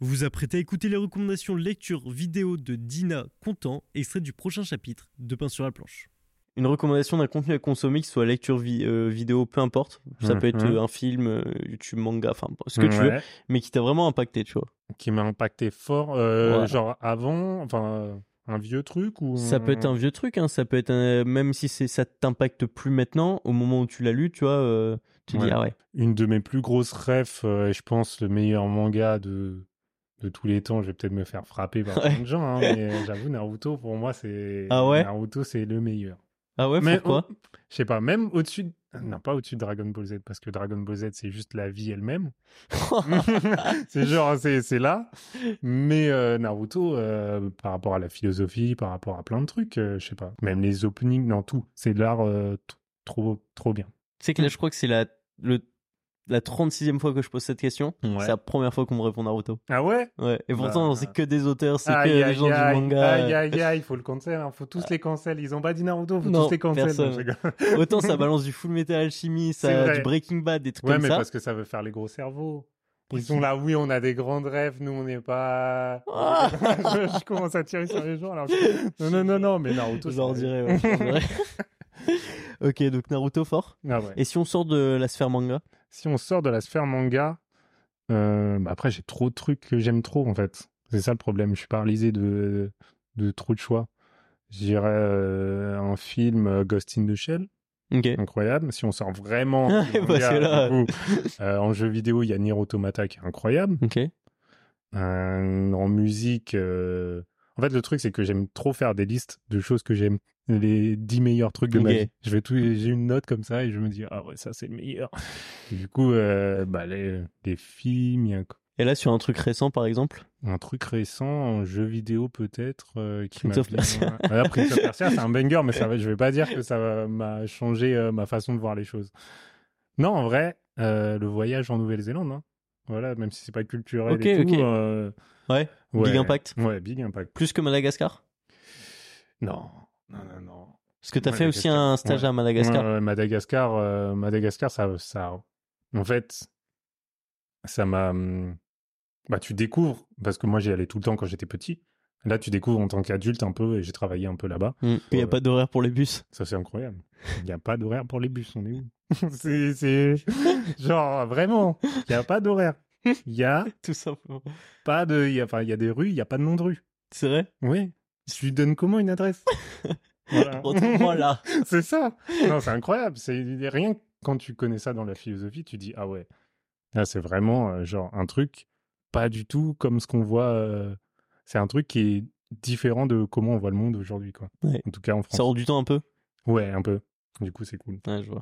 Vous vous apprêtez à écouter les recommandations lecture vidéo de Dina Contant, extrait du prochain chapitre de Pain sur la planche. Une recommandation d'un contenu à consommer, que ce soit lecture vi- euh, vidéo, peu importe. Ça peut être Mhm. euh, un film, euh, YouTube, manga, enfin ce que tu veux, Ouais, mais qui t'a vraiment impacté, tu vois. Qui m'a impacté fort. euh, Ouais. Genre avant, enfin, euh, un vieux truc ou. Ça peut être un vieux truc, hein, ça peut être un- même si c'est ça t'impacte plus maintenant, au moment où tu l'as lu, tu vois, euh, tu dis Ouais. ah ouais. Une de mes plus grosses refs, euh, et je pense le meilleur manga de, de tous les temps. Je vais peut-être me faire frapper par plein de gens, hein, mais j'avoue, Naruto, pour moi, c'est. Ah ouais Naruto, c'est le meilleur. Ah ouais, Mais pourquoi on- Je sais pas, même au-dessus. de- ah Non, pas au-dessus de Dragon Ball Z, parce que Dragon Ball Z, c'est juste la vie elle-même. c'est genre, c'est c'est là. Mais euh, Naruto, euh, par rapport à la philosophie, par rapport à plein de trucs, euh, je sais pas. Même les openings, dans tout. C'est de l'art euh, t- trop, trop bien. Tu sais que là, je crois que c'est la, le, la 36e fois que je pose cette question. C'est la première fois qu'on me répond Naruto. Ah ouais Ouais. Et pourtant, Bah. c'est que des auteurs, c'est Aïe, que des aïe, gens aïe, du manga. Ah. Aïe, aïe, aïe, faut le cancel, hein, faut tous les cancel. Ils ont pas dit Naruto, faut Non, tous les cancel. personne. Non, je rigole. Autant ça balance du Full Metal Alchemy, C'est ça, vrai. du Breaking Bad, des trucs Ouais, comme mais ça. parce que ça veut faire les gros cerveaux. Ils sont là, oui, on a des grandes rêves, nous, on n'est pas. Ah je, je commence à tirer sur les gens alors que- Non, non, non, non, mais Naruto. je leur c'est- dirais. ouais, je leur dirais. ok, donc Naruto fort. Ah ouais. Et si on sort de la sphère manga si on sort de la sphère manga, euh, bah après j'ai trop de trucs que j'aime trop en fait. C'est ça le problème, je suis paralysé de, de trop de choix. Je dirais euh, un film euh, Ghost in the Shell, Ok. incroyable. Si on sort vraiment Ouais, du parce que là- du coup, euh, en jeu vidéo, il y a Nier Automata qui est incroyable. Ok. Euh, en musique, euh, en fait le truc c'est que j'aime trop faire des listes de choses que j'aime, les 10 meilleurs trucs de ma Ok. vie. Je vais tout, j'ai une note comme ça et je me dis ah ouais ça c'est le meilleur. Et Du coup, euh, bah, les, les films, il y a un- Et là, sur un truc récent, par exemple un truc récent en jeu vidéo peut-être euh, qui Prince m'a of bien- Persia. Ouais, Ah, Prince of Persia, c'est un banger, mais ça, va- je vais pas dire que ça va- m'a changé euh, ma façon de voir les choses. Non, en vrai, euh, le voyage en Nouvelle-Zélande, hein. voilà, même si c'est pas culturel et Ok, tout, ok. euh, Ouais. Big ouais. Impact. Ouais, big impact. Plus que Madagascar Non, non, non, non. Parce que t'as fait aussi Madagascar. un stage Ouais. à Madagascar. Ouais, ouais, Madagascar, euh, Madagascar, ça, ça, en fait, ça m'a, hum, bah, tu découvres parce que moi j'y allais tout le temps quand j'étais petit. Là, tu découvres en tant qu'adulte un peu et j'ai travaillé un peu là-bas. Mm. Il n'y a Ouais. pas d'horaire pour les bus. Ça, c'est incroyable. Il n'y a pas d'horaire pour les bus, on est où C'est, c'est- genre vraiment, il n'y a pas d'horaire. Il y a Tout simplement. pas de, il y a, enfin, il y a des rues, il n'y a pas de nom de rue. C'est vrai Oui. Tu lui donnes comment une adresse Voilà. Retrouve-moi là. C'est ça. Non, c'est incroyable. C'est rien que quand tu connais ça dans la philosophie, tu dis ah ouais. Là, c'est vraiment euh, genre un truc pas du tout comme ce qu'on voit. euh, C'est un truc qui est différent de comment on voit le monde aujourd'hui, quoi. Ouais. En tout cas en France. Ça rend du temps un peu Ouais, un peu. Du coup, c'est cool. Ouais, je vois.